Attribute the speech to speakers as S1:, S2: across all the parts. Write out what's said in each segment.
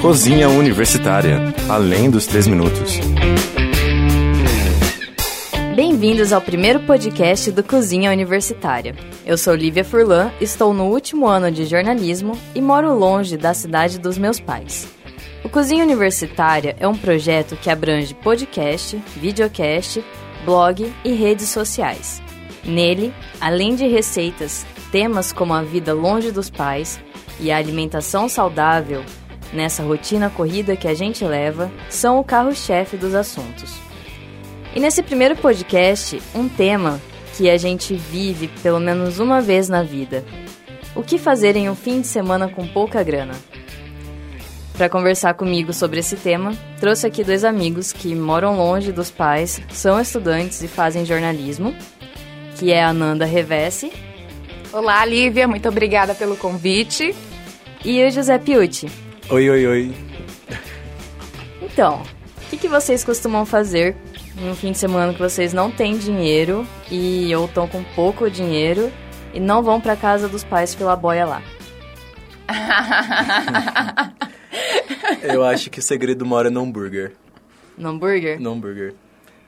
S1: Cozinha Universitária, além dos três minutos.
S2: Bem-vindos ao primeiro podcast do Cozinha Universitária. Eu sou Lívia Furlan, estou no último ano de jornalismo e moro longe da cidade dos meus pais. O Cozinha Universitária é um projeto que abrange podcast, videocast, blog e redes sociais. Nele, além de receitas, temas como a vida longe dos pais e a alimentação saudável, nessa rotina corrida que a gente leva, são o carro-chefe dos assuntos. E nesse primeiro podcast, um tema que a gente vive pelo menos uma vez na vida: o que fazer em um fim de semana com pouca grana? Para conversar comigo sobre esse tema, trouxe aqui dois amigos que moram longe dos pais, são estudantes e fazem jornalismo, que é a Nanda Revesse
S3: Olá, Lívia, muito obrigada pelo convite.
S2: e o José Piucci.
S4: Oi, oi, oi.
S2: Então, o que, que vocês costumam fazer em um fim de semana que vocês não têm dinheiro e ou estão com pouco dinheiro e não vão pra casa dos pais filar boia lá?
S4: Eu acho que o segredo mora no hambúrguer.
S2: No hambúrguer?
S4: No hambúrguer.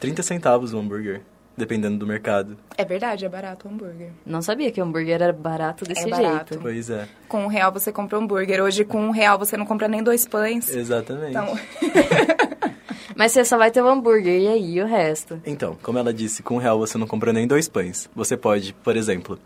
S4: 30 centavos o hambúrguer, dependendo do mercado.
S3: É verdade, é barato o hambúrguer.
S2: Não sabia que hambúrguer era barato desse
S3: barato.
S2: jeito.
S4: Pois é,
S3: Com um real você compra um hambúrguer. Hoje, com um real, você não compra nem dois pães.
S4: exatamente.
S3: Então,
S4: Então,
S2: Mas você só vai ter o hambúrguer e aí o resto.
S4: como ela disse, com um real você não compra nem dois pães. Você pode, por exemplo,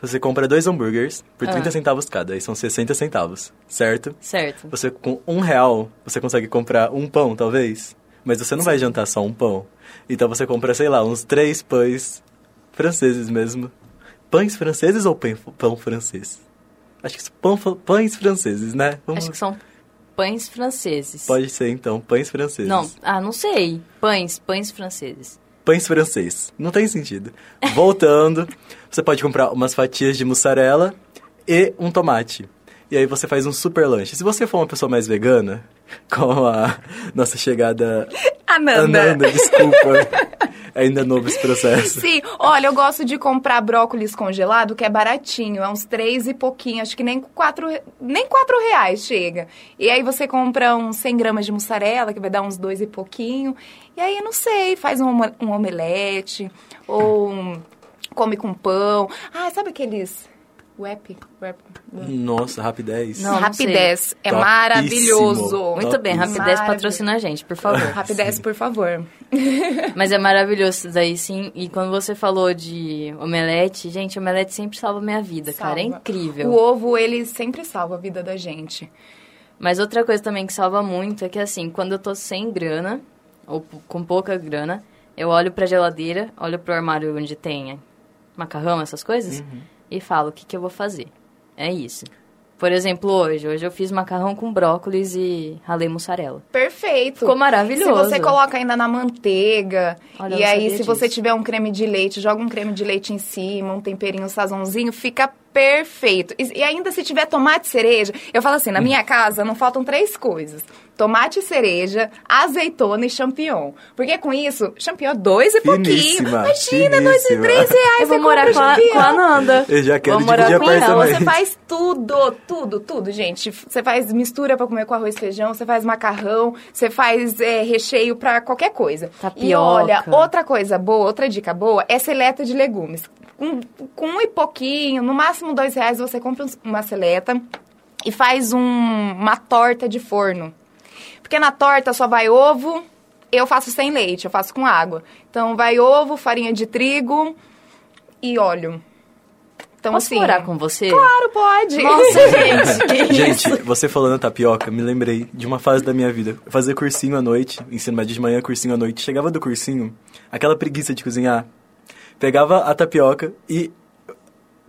S4: você compra dois hambúrgueres por 30 centavos cada, aí são 60 centavos, certo?
S2: Certo.
S4: Você com um real, você consegue comprar um pão, talvez. Mas você não vai jantar só um pão. Então você compra, sei lá, uns três pães franceses mesmo. Pães franceses ou pão, pão francês? Acho que são pão fran- pães franceses, né? Vamos-
S2: Acho que são pães franceses.
S4: Pode ser, então, pães franceses.
S2: Não, ah, não sei. Pães, pães franceses.
S4: Pães francês. Não tem sentido. Voltando, você pode comprar umas fatias de mussarela e um tomate. E aí você faz um super lanche. Se você for uma pessoa mais vegana, com a nossa chegada
S3: Ananda.
S4: Ananda, desculpa. Ainda é novo esse processo.
S3: Sim, olha, eu gosto de comprar brócolis congelado, que é baratinho, é uns três e pouquinho, acho que nem quatro, re- nem quatro reais chega. E aí você compra uns 100 gramas de mussarela, que vai dar uns dois e pouquinho, e aí, não sei, faz um, oma- um omelete, ou um- come com pão. Ah, sabe aqueles... Wrap? Wrap?
S4: Nossa, rapidez.
S2: Não, não sei.
S3: rapidez, é
S4: Topíssimo.
S3: maravilhoso.
S4: Top
S2: Muito bem,
S4: isso.
S2: Rapidez
S3: Maravilhoso.
S2: patrocina a gente, por favor.
S3: Rapidez, por favor.
S2: Mas é maravilhoso isso daí, sim. E quando você falou de omelete, gente, omelete sempre salva minha vida, cara. É
S3: Salva.
S2: incrível.
S3: O ovo, ele sempre salva a vida da gente.
S2: Mas outra coisa também que salva muito é que, assim, quando eu tô sem grana, ou p- com pouca grana, eu olho pra geladeira, olho pro armário onde tem macarrão, essas coisas,
S3: Uhum.
S2: e falo, o que, que eu vou fazer? É isso. Por exemplo, hoje. Hoje eu fiz macarrão com brócolis e ralei mussarela.
S3: Perfeito.
S2: Ficou é maravilhoso.
S3: Se você coloca ainda na manteiga,
S2: Olha, eu
S3: e
S2: não
S3: aí
S2: sabia
S3: se você
S2: disso.
S3: tiver um creme de leite, joga um creme de leite em cima, um temperinho, um sazonzinho, fica perfeito. E, e ainda se tiver tomate cereja, eu falo assim, na minha casa não faltam três coisas. Tomate cereja, azeitona e champignon. Porque com isso, champignon é dois e pouquinho.
S4: Finíssima,
S3: Imagina, dois e
S4: finíssima.
S3: três é reais.
S2: eu vou
S3: você
S2: morar
S3: compra um
S2: com a,
S3: champignon.
S2: com a Nanda.
S4: Eu já quero
S2: Vou morar
S4: dividir
S2: com ela,
S3: Não,
S4: apartamento.
S3: você faz tudo, tudo, tudo, gente. Você faz mistura pra comer com arroz e feijão, você faz macarrão, você faz é, recheio pra qualquer coisa.
S2: Tapioca.
S3: E olha, outra coisa boa, outra dica boa, é seleta de legumes. Com, com um e pouquinho, no máximo dois reais, você compra uns- uma seleta e faz um- uma torta de forno. Porque na torta só vai ovo, eu faço sem leite, eu faço com água. Então vai ovo, farinha de trigo e óleo. Então,
S2: Posso
S3: assim,
S2: morar com você?
S3: Claro, pode.
S2: Nossa, gente, que
S4: Gente, você falando tapioca, me lembrei de uma fase da minha vida. Eu fazia cursinho à noite, ensino médio de manhã, cursinho à noite. Chegava do cursinho, aquela preguiça de cozinhar. Pegava a tapioca e.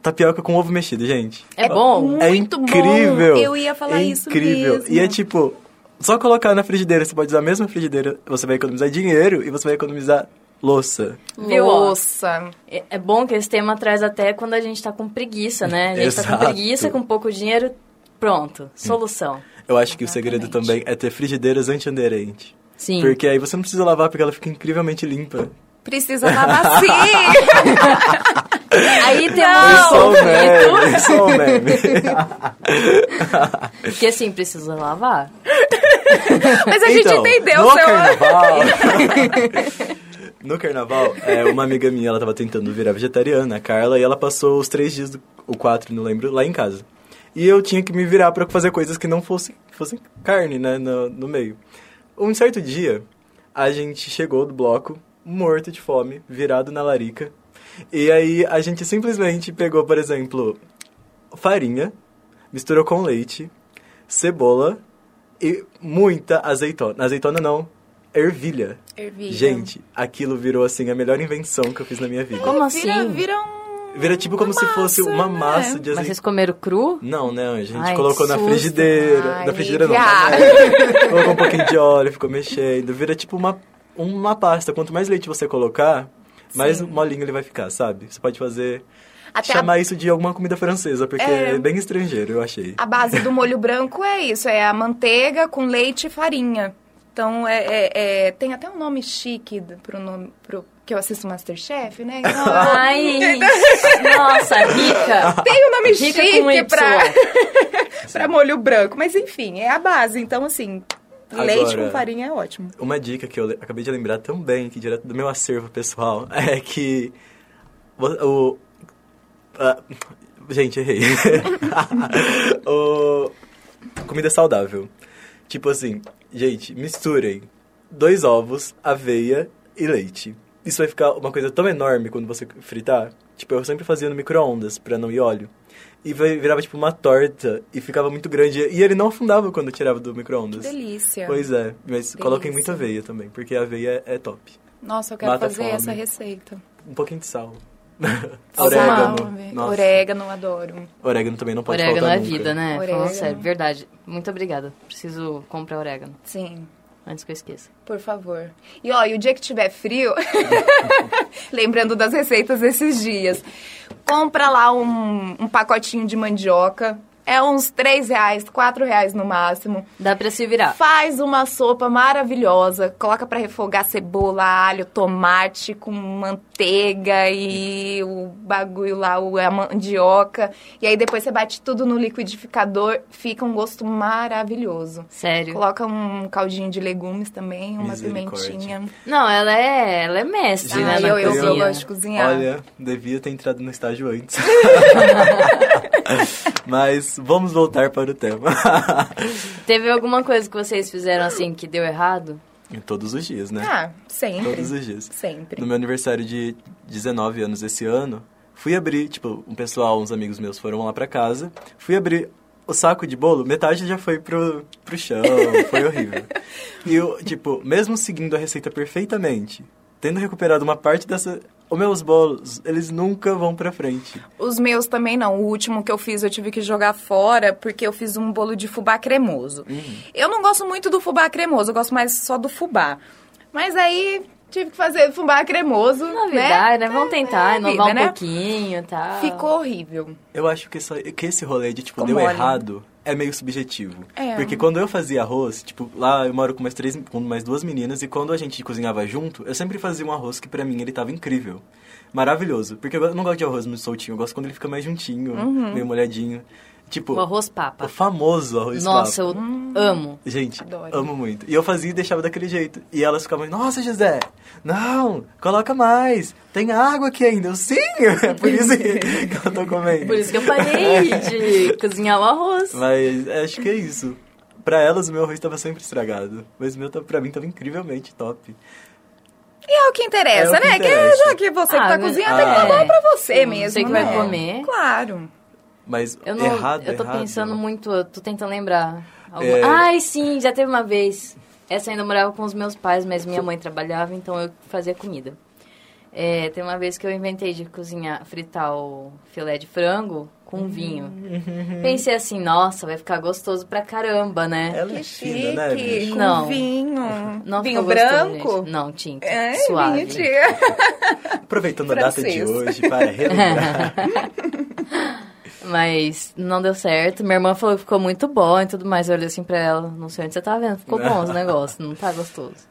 S4: Tapioca com ovo mexido, gente.
S2: É bom?
S4: É
S3: Muito bom.
S4: incrível.
S3: Eu ia falar
S4: é
S3: isso
S4: incrível.
S3: mesmo.
S4: E é tipo, só colocar na frigideira, você pode usar a mesma frigideira, você vai economizar dinheiro e você vai economizar louça.
S2: Viu, ó?
S3: Nossa.
S2: É é bom que esse tema traz até quando a gente tá com preguiça, né? A gente tá com
S4: Exato.
S2: preguiça, com pouco dinheiro, pronto, solução.
S4: Eu acho que o segredo
S3: Exatamente.
S4: também é ter frigideiras antiaderente.
S2: Sim.
S4: Porque aí você
S3: tá
S4: não precisa lavar porque ela fica incrivelmente limpa.
S3: Precisa lavar sim.
S2: Aí
S1: Foi
S2: tem uma né?
S1: só o
S2: outra
S1: meme, foi só o meme.
S2: que assim, precisa lavar.
S3: Mas a gente
S4: Então,
S3: entendeu,
S4: no
S3: seu...
S4: carnaval... no carnaval, é, uma amiga minha, ela tava tentando virar vegetariana, a Carla, e ela passou os três dias, ou quatro, não lembro, lá em casa. E eu tinha que me virar pra fazer coisas que não fossem, fossem carne, né, no, no meio. Um certo dia, a gente chegou do bloco, morto de fome, virado na larica. E aí, a gente simplesmente pegou, por exemplo, farinha, misturou com leite, cebola e muita azeitona. Azeitona não, ervilha.
S3: Ervilha.
S4: Gente, aquilo virou assim a melhor invenção que eu fiz na minha vida.
S2: Como
S3: Vira,
S2: assim?
S3: vira um...
S4: Vira tipo como se fosse
S3: massa,
S4: uma
S3: né?
S4: massa de
S2: Mas vocês
S4: azeitona.
S2: comeram cru?
S4: Não, né, a gente
S2: Ai,
S4: colocou
S2: que
S4: na
S2: susto.
S4: frigideira.
S3: Ai,
S4: na frigideira não.
S3: Lívia.
S4: né? colocou um pouquinho de óleo, ficou mexendo. Vira tipo uma, uma pasta. Quanto mais leite você colocar, mais molinho ele vai ficar, sabe? Você pode fazer.
S3: Até
S4: chamar isso de alguma comida francesa, porque
S3: É.
S4: é, bem estrangeiro, eu achei.
S3: A base do molho branco é isso, é a manteiga com leite e farinha. Então, é, é- é- tem até um nome chique do- pro nome... Pro, que eu assisto Masterchef, né? Então,
S2: Ai, nossa, rica.
S3: tem um nome
S2: Rica com
S3: chique
S2: Y.
S3: pra, pra molho branco. Mas, enfim, é a base. Então, assim, leite
S4: Agora-
S3: com farinha é ótimo.
S4: Uma dica que eu le- acabei de lembrar também, que direto do meu acervo pessoal, é que o... o- ah, gente, errei. o, comida saudável. Tipo assim, gente, misturem dois ovos, aveia e leite. Isso vai ficar uma coisa tão enorme quando você fritar. Tipo, eu sempre fazia no micro-ondas pra não ir óleo. E vai- virava tipo uma torta e ficava muito grande. E ele não afundava quando eu tirava do
S3: Que
S4: micro-ondas.
S3: delícia.
S4: Pois é, mas coloquem muita
S3: Delícia.
S4: aveia também, porque a aveia é top.
S3: Nossa, eu quero
S4: Mata a
S3: fazer
S4: fome.
S3: essa receita.
S4: Um pouquinho de sal.
S3: Sal,
S4: orégano. Nossa.
S3: Orégano, adoro.
S4: Orégano também não pode
S2: Orégano
S4: faltar
S2: é
S4: nunca.
S2: vida, né?
S3: Orégano.
S2: Falando sério, verdade. Muito obrigada. Preciso comprar orégano,
S3: Sim.
S2: antes que eu esqueça.
S3: Por favor. E ó, e o dia que tiver frio, lembrando das receitas desses dias, compra lá um, um pacotinho de mandioca. É uns 3 reais, 4 reais no máximo.
S2: Dá pra se virar.
S3: Faz uma sopa maravilhosa. Coloca pra refogar cebola, alho, tomate com manteiga e o bagulho lá, o, a mandioca. E aí depois você bate tudo no liquidificador. Fica um gosto maravilhoso.
S2: Sério.
S3: Coloca um caldinho de legumes também, uma
S4: Misericórdia.
S3: pimentinha.
S2: Não, ela é, ela é mestre,
S4: Gente,
S2: né?
S3: Ah,
S2: na
S3: eu, eu, eu
S2: cozinha.
S3: gosto de cozinhar.
S4: Olha, devia ter entrado no estágio antes. mas vamos voltar para o tema.
S2: Teve alguma coisa que vocês fizeram assim que deu errado?
S4: Em Todos os dias, né?
S3: Ah, sempre.
S4: Todos os dias.
S3: Sempre.
S4: No meu aniversário de 19 anos esse ano, fui abrir, tipo, um pessoal, uns amigos meus foram lá pra casa, fui abrir o saco de bolo, metade já foi pro, pro chão, foi horrível. E eu, tipo, mesmo seguindo a receita perfeitamente, tendo recuperado uma parte dessa... Os meus bolos, eles nunca vão pra frente.
S3: Os meus também não. O último que eu fiz eu tive que jogar fora porque eu fiz um bolo de fubá cremoso.
S4: Uhum.
S3: Eu não gosto muito do fubá cremoso, eu gosto mais só do fubá. Mas aí tive que fazer fubá cremoso.
S2: Novidade, né?
S3: né?
S2: Vamos tentar
S3: É,
S2: inovar
S3: vida,
S2: um
S3: né?
S2: pouquinho tá? e tal.
S3: Ficou horrível.
S4: Eu acho que, essa- que esse rolê de, tipo,
S3: Ficou
S4: deu
S3: mole.
S4: errado é meio subjetivo.
S3: É.
S4: Porque quando eu fazia arroz, tipo, lá eu moro com mais três, com mais duas meninas, e quando a gente cozinhava junto, eu sempre fazia um arroz que pra mim ele tava incrível. Maravilhoso. Porque eu não gosto de arroz muito soltinho, eu gosto quando ele fica mais juntinho, meio molhadinho. Tipo,
S2: Uhum. O Um arroz papa.
S4: o famoso arroz
S2: Nossa,
S4: papo.
S2: eu
S3: Hum.
S2: amo.
S4: Gente,
S3: Adoro.
S4: amo muito. E eu fazia e deixava daquele jeito. E elas ficavam, nossa, José, não, coloca mais. Tem água aqui ainda. Eu, sim, é por isso que que eu tô comendo.
S2: Por isso que eu parei de cozinhar o arroz.
S4: Mas é, acho que é isso. Pra elas, o meu arroz tava sempre estragado. Mas o meu, tá- pra mim, tava incrivelmente top.
S3: E é o que interessa,
S4: É o que
S3: né?
S4: interessa.
S3: Que já que você que
S2: Ah,
S3: tá
S2: né?
S3: cozinhando, tem que
S4: Ah.
S3: tá bom pra você
S2: Sim,
S3: mesmo,
S2: sei que
S3: né?
S2: vai comer.
S3: Claro.
S4: Mas
S2: Eu não,
S4: errado,
S2: eu tô
S4: errado.
S2: pensando muito, eu tô tentando lembrar. alguma-
S4: É.
S2: Ai, sim, já teve uma vez. Essa eu ainda morava com os meus pais, mas minha mãe trabalhava, então eu fazia comida. É, tem uma vez que eu inventei de cozinhar, fritar o filé de frango com vinho. Pensei assim, nossa, vai ficar gostoso pra caramba, né?
S4: Ela Uhum. é
S3: Que
S4: fina,
S3: chique,
S4: né, bicho?
S3: com
S2: Não.
S3: vinho.
S2: Não
S3: vinho
S2: ficou gostoso,
S3: branco?
S2: gente. Não, tinto.
S3: É,
S2: suave.
S3: vinho tinto.
S4: Aproveitando a data de
S3: Francês.
S4: hoje para relembrar.
S2: Mas não deu certo. Minha irmã falou que ficou muito bom e tudo mais. Eu olhei assim pra ela, não sei onde você tá vendo. Ficou bom os negócios, não tá gostoso.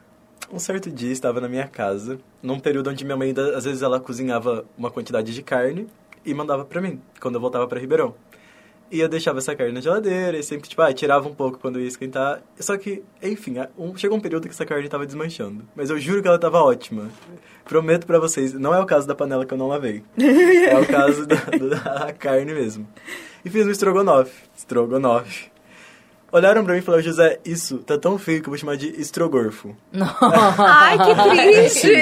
S4: Um certo dia estava na minha casa, num período onde minha mãe ainda, às vezes ela cozinhava uma quantidade de carne e mandava pra mim, quando eu voltava pra Ribeirão. E eu deixava essa carne na geladeira e sempre, tipo, ah, tirava um pouco quando eu ia esquentar. Só que, enfim, a- um- chegou um período que essa carne tava desmanchando. Mas eu juro que ela tava ótima. Prometo pra vocês, não é o caso da panela que eu não lavei. É o caso da, da carne mesmo. E fiz um estrogonofe. Estrogonofe. Olharam pra mim e falaram, José, isso tá tão feio que eu vou chamar de estrogorfo.
S3: Ai, que triste!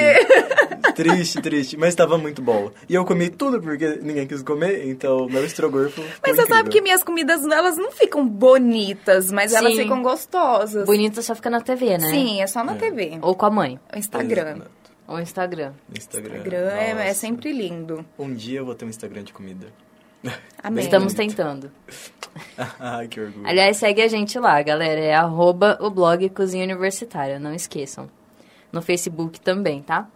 S4: Triste, triste, mas tava muito bom. E eu comi tudo porque ninguém quis comer, então meu estrogorfo ficou
S3: Mas você sabe que
S4: incrível.
S3: minhas comidas, elas não ficam bonitas, mas elas
S2: Sim.
S3: ficam gostosas.
S2: Bonita só fica na TV, né?
S3: Sim, é só na TV.
S2: Ou com a mãe.
S3: O Instagram.
S4: Exato.
S2: Ou Instagram.
S4: Instagram.
S3: Instagram é- é,
S4: Nossa.
S3: sempre lindo.
S4: Um dia eu vou ter um Instagram de comida.
S3: Amém.
S2: Estamos
S4: Bonito.
S2: tentando.
S4: Ai, que orgulho.
S2: Aliás, segue a gente lá, galera. É arroba o blog Cozinha Universitária, não esqueçam. No Facebook também, tá?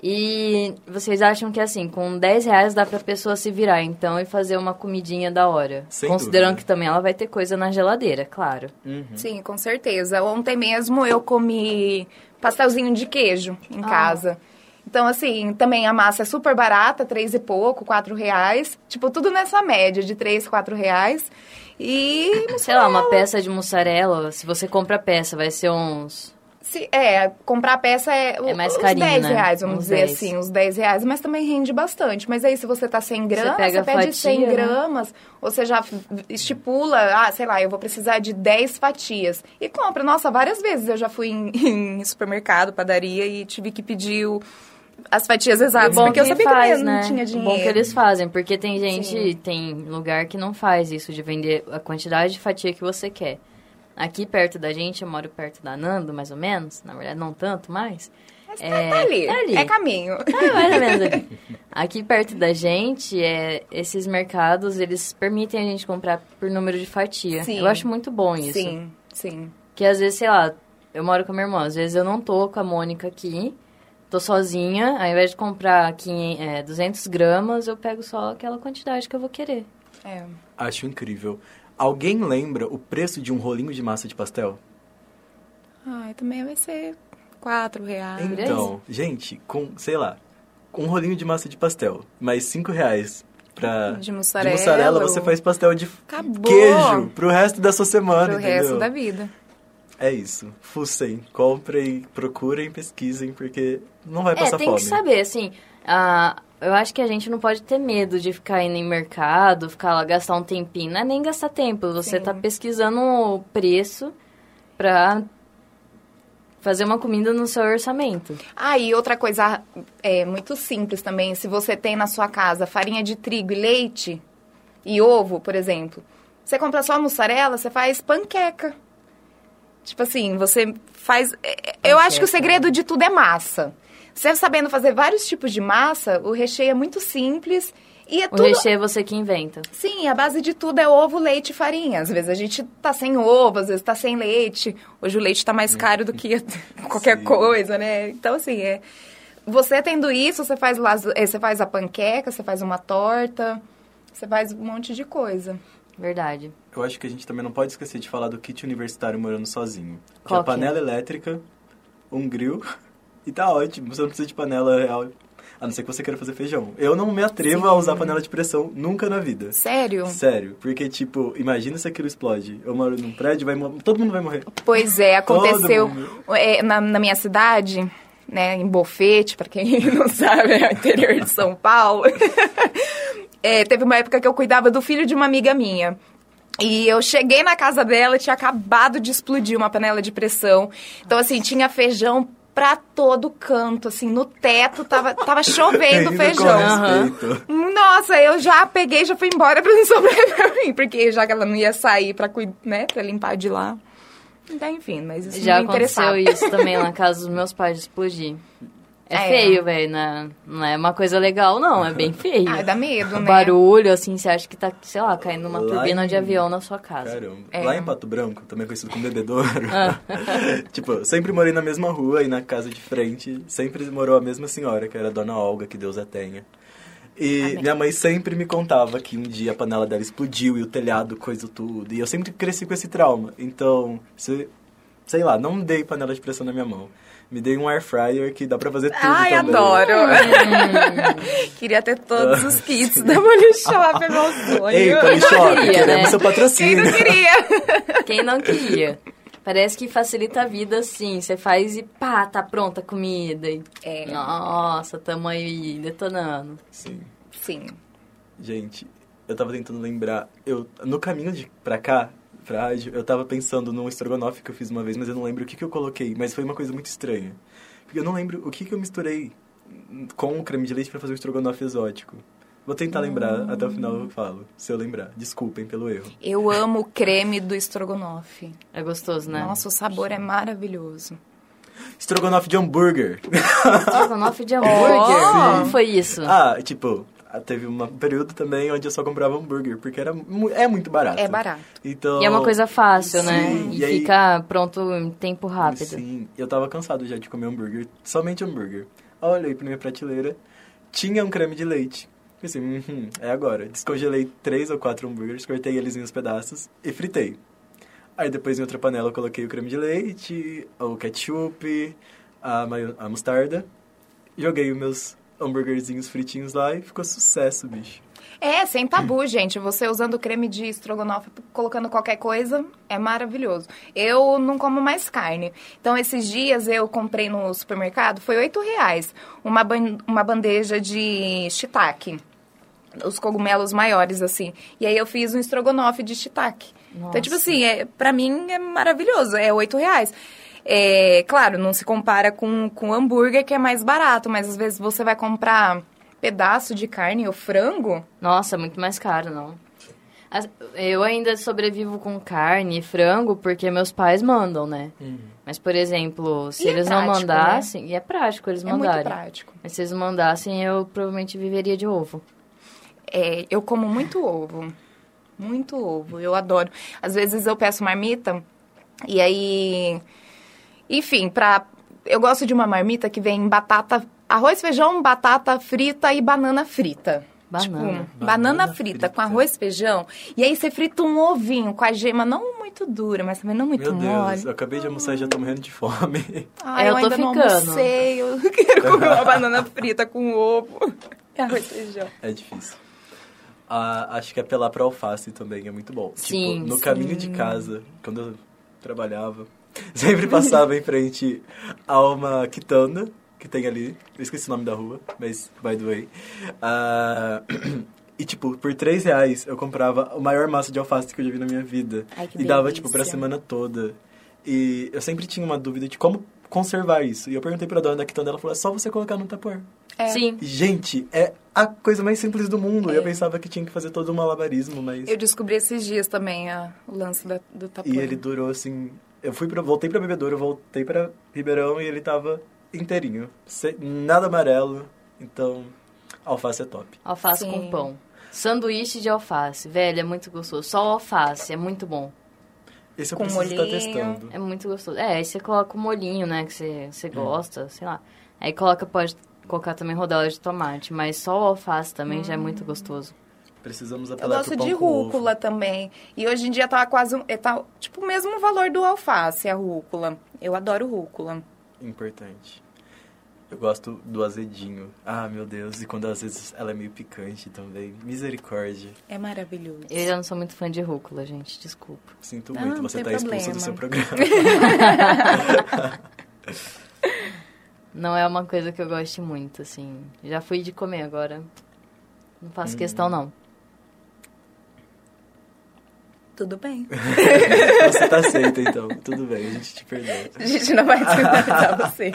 S2: E vocês acham que assim, com 10 reais dá pra pessoa se virar, então, e fazer uma comidinha da hora.
S4: Sem
S2: Considerando
S4: dúvida.
S2: que também ela vai ter coisa na geladeira, claro.
S4: Uhum.
S3: Sim, com certeza. Ontem mesmo eu comi pastelzinho de queijo em
S2: Ah.
S3: casa. Então, assim, também a massa é super barata, três e pouco, quatro reais. Tipo, tudo nessa média de três, quatro reais. E,
S2: Sei lá, uma peça de mussarela, se você compra a peça, vai ser uns.
S3: se, é, comprar a peça é,
S2: É mais
S3: uns
S2: carinho,
S3: 10
S2: né?
S3: reais, vamos
S2: Uns
S3: dizer
S2: 10.
S3: assim, uns 10 reais. Mas também rende bastante. Mas aí, se você tá sem grana, você,
S2: pega a
S3: pede 100
S2: fatia, né?
S3: gramas. Ou você já f- estipula, ah, sei lá, eu vou precisar de 10 fatias. E compra. Nossa, várias vezes eu já fui em, em supermercado, padaria e tive que pedir o- as fatias exatas.
S2: Bom
S3: porque eu
S2: que
S3: sabia
S2: faz,
S3: que eu não
S2: né?
S3: tinha dinheiro.
S2: Bom que eles fazem, porque tem gente,
S3: Sim.
S2: tem lugar que não faz isso, de vender a quantidade de fatia que você quer. Aqui perto da gente, eu moro perto da Nando, mais ou menos, na verdade não tanto, mas...
S3: Mas tá, tá ali,
S2: tá ali.
S3: é caminho.
S2: É, mais ou menos ali. Aqui perto da gente, é, esses mercados, eles permitem a gente comprar por número de fatia.
S3: Sim.
S2: Eu acho muito bom isso.
S3: Sim, sim.
S2: Que às vezes, sei lá, eu moro com a minha irmã, às vezes eu não tô com a Mônica aqui, tô sozinha, ao invés de comprar 500, é, 200 gramas, eu pego só aquela quantidade que eu vou querer.
S3: É.
S4: Acho incrível. Alguém lembra o preço de um rolinho de massa de pastel?
S3: Ai, também vai ser 4 reais.
S4: então, gente, com, sei lá, um rolinho de massa de pastel, mais cinco reais pra...
S3: De mussarela.
S4: De mussarela você faz pastel de f-
S3: Acabou.
S4: queijo pro resto da sua semana,
S3: pro
S4: entendeu?
S3: resto da vida.
S4: É isso. Fussem, comprem, procurem, pesquisem, porque não vai
S2: É,
S4: passar
S2: tem
S4: fome.
S2: que saber, assim, ah, eu acho que a gente não pode ter medo de ficar indo em mercado, ficar lá, gastar um tempinho, não é nem gastar tempo, você
S3: Sim.
S2: tá pesquisando o preço pra fazer uma comida no seu orçamento.
S3: Ah, e outra coisa é, muito simples também, se você tem na sua casa farinha de trigo e leite e ovo, por exemplo, você compra só a mussarela, você faz panqueca. Tipo assim, você faz. é, é, Eu acho que o segredo de tudo é massa. Você sabendo fazer vários tipos de massa, o recheio é muito simples e é
S2: O
S3: tudo.
S2: recheio é você que inventa.
S3: Sim, a base de tudo é ovo, leite e farinha. Às vezes a gente tá sem ovo, às vezes tá sem leite. Hoje o leite tá mais caro do que qualquer
S4: Sim.
S3: coisa, né? Então, assim, é... Você tendo isso, você faz, laza- eh, você faz a panqueca, você faz uma torta, você faz um monte de coisa.
S2: Verdade.
S4: Eu acho que a gente também não pode esquecer de falar do kit universitário morando sozinho. Que
S2: Qual
S4: é
S2: que é?
S4: panela elétrica, um grill, e tá ótimo. Você não precisa de panela real, a não ser que você queira fazer feijão. Eu não me atrevo a usar panela de pressão nunca na vida.
S3: Sério?
S4: Sério, porque, tipo, imagina se aquilo explode. Eu moro num prédio, vai mo- todo mundo vai morrer.
S3: Pois é, aconteceu
S4: Todo mundo.
S3: é, na, na minha cidade, né, em Bofete, pra quem não sabe, é o interior de São Paulo. É, teve uma época que eu cuidava do filho de uma amiga minha. E eu cheguei na casa dela, tinha acabado de explodir uma panela de pressão. Então, assim, tinha feijão pra todo canto, assim, no teto, tava, tava chovendo
S4: Ainda
S3: feijão.
S2: Aham.
S4: Com respeito.
S3: Nossa, eu já peguei, já fui embora pra não sobrar pra mim, porque já que ela não ia sair pra, cuid- né, pra limpar de lá. Então, enfim, mas isso
S2: Já
S3: não me interessava.
S2: aconteceu isso também na casa dos meus pais de explodir. É,
S3: É.
S2: feio, velho. né? Não é uma coisa legal, não. É bem feio.
S3: Ah, dá medo,
S2: O
S3: né?
S2: barulho, assim, você acha que tá, sei lá, caindo uma
S4: Lá
S2: turbina
S4: em-
S2: de avião na sua casa.
S4: Caramba.
S3: É.
S4: Lá em Pato Branco, também conhecido como Bebedouro,
S5: Ah.
S4: tipo, eu sempre morei na mesma rua e na casa de frente sempre morou a mesma senhora, que era a dona Olga, que Deus a tenha. E minha mãe sempre me contava que um dia a panela dela explodiu e o telhado coisou tudo. E eu sempre cresci com esse trauma. Então, se sei lá, não dei panela de pressão na minha mão. Me dei um air fryer que dá pra fazer tudo
S5: Ai,
S4: também.
S5: adoro!
S2: Hum.
S5: Queria ter todos os kits da Money Shop, é meu sonho.
S4: Ei, tá Tony Shop,
S2: queria,
S4: queremos
S2: né?
S4: seu
S5: Quem
S4: patrocínio.
S5: não queria?
S2: Quem não queria? Parece que facilita a vida, sim. Você faz e pá, tá pronta a comida. E...
S5: É.
S2: Nossa, tamo aí detonando.
S4: Sim.
S3: Sim.
S4: Gente, eu tava tentando lembrar. Eu, no caminho de, pra cá, pra rádio, eu tava pensando num estrogonofe que eu fiz uma vez, mas eu não lembro o que, que eu coloquei. Mas foi uma coisa muito estranha. Porque eu não lembro o que, que eu misturei com o creme de leite pra fazer um estrogonofe exótico. Vou tentar lembrar, até o final eu falo, se eu lembrar. Desculpem pelo erro.
S3: Eu amo o creme do estrogonofe.
S2: É gostoso, né?
S3: Nossa, o sabor é maravilhoso.
S4: Estrogonofe de hambúrguer!
S2: Estrogonofe de hambúrguer? Como foi isso?
S4: Ah, tipo, teve um período também onde eu só comprava hambúrguer, porque era, mu- é muito barato.
S3: É barato.
S4: Então,
S2: E é uma coisa fácil, né?
S4: Sim,
S2: E,
S4: e aí-
S2: fica pronto em tempo rápido.
S4: Sim, eu tava cansado já de comer hambúrguer, somente hambúrguer. Aí eu Olhei pra minha prateleira, tinha um creme de leite. Pensei, hum, é agora. Descongelei três ou quatro hambúrgueres, cortei eles em uns pedaços e fritei. Aí depois em outra panela eu coloquei o creme de leite, o ketchup, a, maio- a mostarda. Joguei os meus hambúrguerzinhos fritinhos lá e ficou sucesso, bicho.
S3: É, sem tabu, gente. Você usando creme de estrogonofe, colocando qualquer coisa, é maravilhoso. Eu não como mais carne. Então, esses dias eu comprei no supermercado, foi oito reais, uma, ban- uma bandeja de shiitake. Os cogumelos maiores, assim. E aí eu fiz um estrogonofe de shiitake.
S2: Nossa.
S3: Então, tipo assim, é, pra mim é maravilhoso, é oito reais. É, claro, não se compara com, com hambúrguer, que é mais barato. Mas, às vezes, você vai comprar pedaço de carne ou frango...
S2: Nossa, é muito mais caro, não. As- Eu ainda sobrevivo com carne e frango porque meus pais mandam, né? Mas, por exemplo, se
S3: E é
S2: eles não
S3: prático,
S2: mandassem... E é prático eles
S3: É muito
S2: mandarem.
S3: prático.
S2: Mas se eles mandassem, eu provavelmente viveria de ovo.
S3: É, eu como muito ovo. Muito ovo, eu adoro. Às vezes eu peço marmita e aí. Enfim, pra. Eu gosto de uma marmita que vem batata. Arroz, feijão, batata frita e banana frita.
S2: Banana.
S3: Tipo, banana,
S4: Banana
S3: frita,
S4: frita.
S3: com arroz, feijão. E aí você frita um ovinho com a gema não muito dura, mas também não muito
S4: Meu Deus, É,
S3: mole.
S4: eu acabei de almoçar e já tô morrendo de fome.
S3: Ai,
S2: É, eu
S3: eu,
S2: tô
S3: ainda não
S2: ficando.
S3: almocei. Eu quero comer uma banana frita com ovo. E arroz, feijão.
S4: É difícil. Ah, acho que apelar pra alface também é muito bom.
S2: Sim,
S4: tipo, no caminho de casa, quando eu trabalhava, sempre passava em frente a uma quitanda que tem ali. Eu esqueci o nome da rua, mas by the way. Ah, e tipo, por 3 reais eu comprava a maior massa de alface que eu já vi na minha vida.
S3: Ai, que
S4: e dava,
S3: delícia.
S4: tipo, pra semana toda. E eu sempre tinha uma dúvida de como conservar isso. E eu perguntei pra dona da quitanda, ela falou, é só você colocar no tupper.
S3: É.
S2: Sim.
S4: Gente, é a coisa mais simples do mundo. Eu pensava que tinha que fazer todo um malabarismo, mas.
S3: Eu descobri esses dias também a- o lance da- do tapão.
S4: E ele durou assim. Eu fui pra... voltei pra bebedouro, voltei pra Ribeirão e ele tava inteirinho. Se- Nada amarelo. Então, alface é top.
S2: Alface
S3: Sim.
S2: com pão. Sanduíche de alface. Velho, é muito gostoso. Só o alface, é muito bom.
S4: Esse eu
S3: Com
S4: preciso estar
S3: molhinho.
S4: testando.
S2: É muito gostoso. É, aí você coloca o molhinho, né? Que você, você gosta, sei lá. Aí coloca, pode colocar também rodela de tomate, mas só o alface também já é muito
S3: Hum.
S2: gostoso.
S4: Precisamos
S3: Eu
S4: apelar pro
S3: gosto
S4: pão
S3: de
S4: com ovo.
S3: rúcula também. E hoje em dia tá quase um, é, tá, tipo o mesmo valor do alface, a rúcula. Eu adoro rúcula.
S4: Importante. Eu gosto do azedinho. Ah, meu Deus. E quando às vezes ela é meio picante também. Misericórdia.
S3: É maravilhoso.
S2: Eu já não sou muito fã de rúcula, gente, desculpa.
S4: Sinto
S3: Ah,
S4: muito,
S3: não
S4: você
S3: tem
S4: tá expulsa do
S3: problema.
S4: seu programa.
S2: Não é uma coisa que eu goste muito, assim. Já fui de comer agora. Não faço questão, não.
S3: Tudo bem.
S4: Você tá aceita, então. Tudo bem, a gente te perdoa.
S3: A gente não vai descartar você.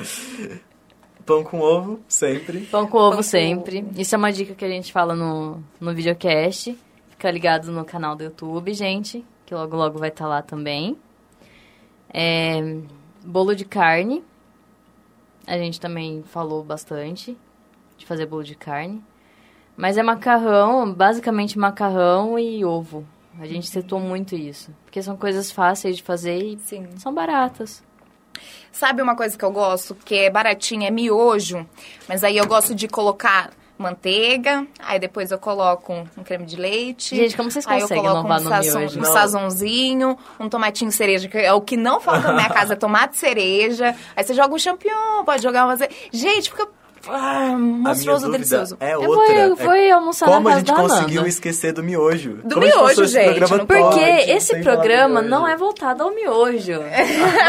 S4: Pão com ovo, sempre.
S2: Pão com ovo
S3: com
S2: sempre. Isso é uma dica que a gente fala no, no videocast. Fica ligado no canal do YouTube, gente, que logo logo vai estar lá também. É, bolo de carne. A gente também falou bastante de fazer bolo de carne. Mas é macarrão, basicamente macarrão e ovo. A gente citou muito isso. Porque são coisas fáceis de fazer e
S3: Sim.
S2: são baratas.
S3: Sabe uma coisa que eu gosto? Que é baratinha, é miojo. Mas aí eu gosto de colocar manteiga, aí depois eu coloco um, um creme de leite.
S2: Gente, como vocês
S3: aí eu
S2: conseguem
S3: coloco
S2: inovar
S3: um
S2: no
S3: sazon-
S2: miojo?
S3: Um
S4: Não.
S3: sazonzinho, um tomatinho cereja, que é o que não falta na minha casa, é tomate cereja. Aí você joga um champignon, pode jogar uma... ze- Gente, fica ah,
S4: A minha
S3: monstruoso,
S4: dúvida
S3: delicioso.
S4: É
S2: Eu
S4: outra.
S2: vou- eu
S4: É
S2: fui almoçar na
S4: como
S2: casa
S4: a gente
S2: da
S4: conseguiu
S2: Nanda.
S4: esquecer do miojo?
S3: Do
S4: Como a
S3: miojo,
S4: passou esse
S3: gente,
S4: programa
S3: não
S2: Porque
S3: pode,
S2: esse
S4: sem falar do
S2: programa
S4: miojo.
S2: não é voltado ao miojo.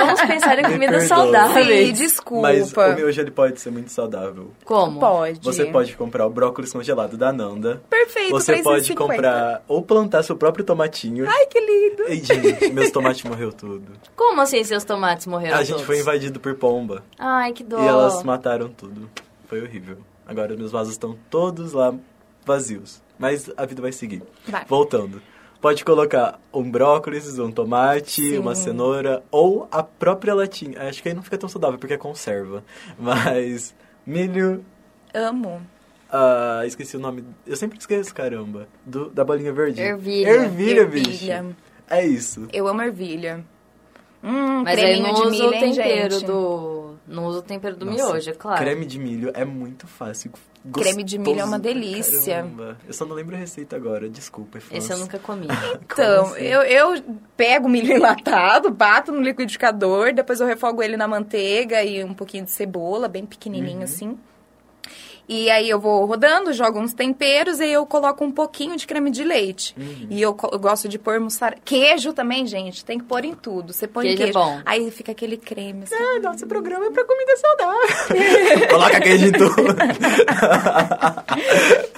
S2: Vamos pensar em
S4: Me
S2: comidas
S4: perdoa.
S3: Sim,
S2: saudáveis.
S3: desculpa.
S4: Mas o miojo ele pode ser muito saudável.
S2: Como?
S3: Pode.
S4: Você pode comprar o brócolis congelado da Nanda.
S3: Perfeito,
S4: Você pode
S3: 3,50.
S4: comprar ou plantar seu próprio tomatinho.
S3: Ai, que lindo.
S4: Ei, gente, meus tomates morreu tudo.
S2: Como assim seus tomates morreram
S4: a gente
S2: todos?
S4: foi invadido por pomba.
S2: Ai, que dó.
S4: E elas mataram tudo. Foi horrível. Agora meus vasos estão todos lá vazios. Mas a vida vai seguir.
S3: Vai.
S4: Voltando. Pode colocar um brócolis, um tomate, uma cenoura ou a própria latinha. Acho que aí não fica tão saudável porque é conserva. Mas milho.
S3: Amo.
S4: Ah, esqueci o nome. Eu sempre esqueço, caramba. Do, da bolinha verde.
S2: Ervilha.
S4: Ervilha, bicho.
S3: Ervilha.
S4: É isso.
S3: Eu amo ervilha. Hum,
S2: Mas aí
S3: creminho
S2: não
S3: de
S2: usa
S3: milho,
S2: o
S3: hein,
S2: tempero
S3: gente?
S2: do... Não usa o tempero do
S4: Nossa,
S2: miojo, é claro.
S4: Creme de milho é muito fácil. gostoso
S3: Creme de milho é uma
S4: pra
S3: delícia.
S4: caramba. Eu só não lembro a receita agora, desculpa. infância.
S2: Esse eu nunca comi.
S4: Como
S3: Então,
S4: assim?
S3: eu, eu pego o milho enlatado, bato no liquidificador, depois eu refogo ele na manteiga e um pouquinho de cebola, bem pequenininho
S4: Uhum.
S3: assim. E aí eu vou rodando, jogo uns temperos e eu coloco um pouquinho de creme de leite.
S4: Uhum.
S3: E eu, co- eu gosto de pôr mussarela. Queijo também, gente, tem que pôr em tudo. Você põe
S2: Queijo é
S3: queijo.
S2: bom.
S3: Aí fica aquele creme assim.
S4: Ah, nosso programa é pra comida saudável. Coloca queijo em tudo.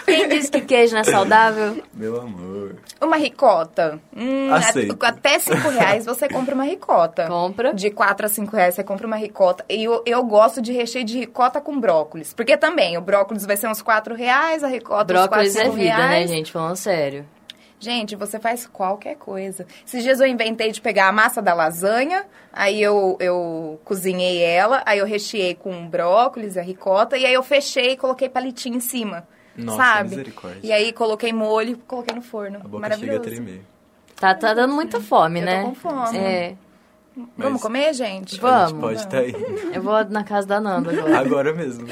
S2: Quem disse que queijo não é saudável?
S4: Meu amor.
S3: Uma ricota. Hum,
S4: Aceito.
S3: a- até 5 reais você compra uma ricota.
S2: Compra.
S3: De 4 a 5 reais você compra uma ricota. E eu, eu gosto de recheio de ricota com brócolis. Porque também, o brócolis vai ser uns 4 reais, a ricota
S2: Brócolis
S3: uns 4,
S2: é
S3: 5
S2: vida, né,
S3: reais.
S2: gente? Falando sério.
S3: Gente, você faz qualquer coisa. Esses dias eu inventei de pegar a massa da lasanha, aí eu, eu cozinhei ela, aí eu recheei com brócolis, a ricota, e aí eu fechei e coloquei palitinho em cima.
S4: Nossa,
S3: sabe?
S4: misericórdia.
S3: E aí coloquei molho, coloquei no forno.
S4: A boca chega a
S3: Maravilhoso.
S4: tremer.
S2: Tá, tá dando muita fome,
S3: Eu tô
S2: né?
S3: com fome.
S2: É,
S4: Mas-
S3: Vamos comer, gente?
S2: Vamos.
S4: A gente pode estar aí.
S2: eu vou na casa da Nanda agora.
S4: Agora mesmo.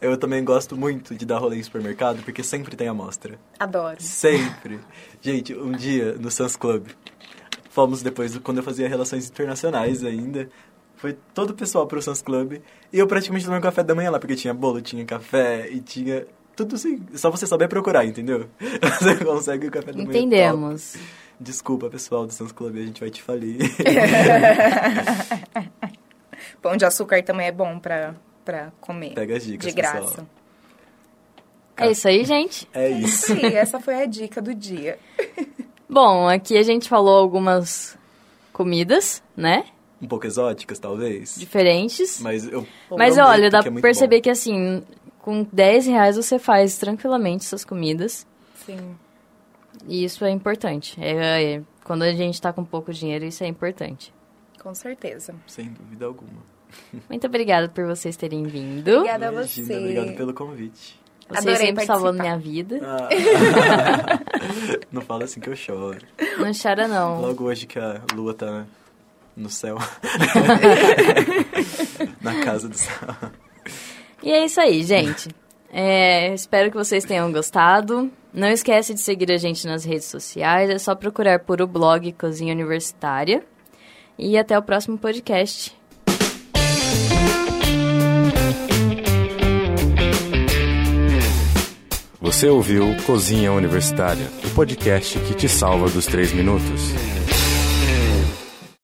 S4: eu também gosto muito de dar rolê em supermercado, porque sempre tem amostra.
S3: Adoro.
S4: Sempre. Gente, um dia no Sans Club, fomos depois, do- quando eu fazia relações internacionais ainda, foi todo o pessoal pro Sans Club e eu praticamente tomei um café da manhã lá, porque tinha bolo, tinha café e tinha tudo assim. Só você saber procurar, entendeu? Você consegue o café da manhã. top.
S2: Entendemos.
S4: Desculpa, pessoal do Sans Club, a gente vai te falir.
S3: Pão de açúcar também é bom pra, pra comer.
S4: Pega as dicas,
S3: De graça.
S4: pessoal.
S2: É isso aí, gente.
S4: É isso.
S3: Sim, essa foi a dica do dia.
S2: Bom, aqui a gente falou algumas comidas, né?
S4: Um pouco exóticas, talvez.
S2: Diferentes.
S4: Mas eu.
S2: Mas
S4: não
S2: olha,
S4: muito,
S2: dá
S4: que é
S2: pra
S4: muito
S2: perceber
S4: bom.
S2: que assim, com 10 reais você faz tranquilamente suas comidas.
S3: Sim.
S2: E isso é importante. É, é- quando a gente tá com pouco dinheiro, isso é importante.
S3: Com certeza.
S4: Sem dúvida alguma.
S2: Muito obrigada por vocês terem vindo.
S3: Obrigada a
S4: Imagina,
S3: você.
S4: Obrigado pelo convite.
S2: Vocês
S3: Adorei
S2: sempre salvando
S3: participar.
S2: minha vida.
S4: Ah. não fala assim que eu choro.
S2: Não chora, não.
S4: Logo hoje que a lua tá no céu. Na casa do céu.
S2: E é isso aí, gente. É, espero que vocês tenham gostado. Não esquece de seguir a gente nas redes sociais. É só procurar por o blog Cozinha Universitária. E até o próximo podcast.
S1: Você ouviu Cozinha Universitária, o podcast que te salva dos três minutos.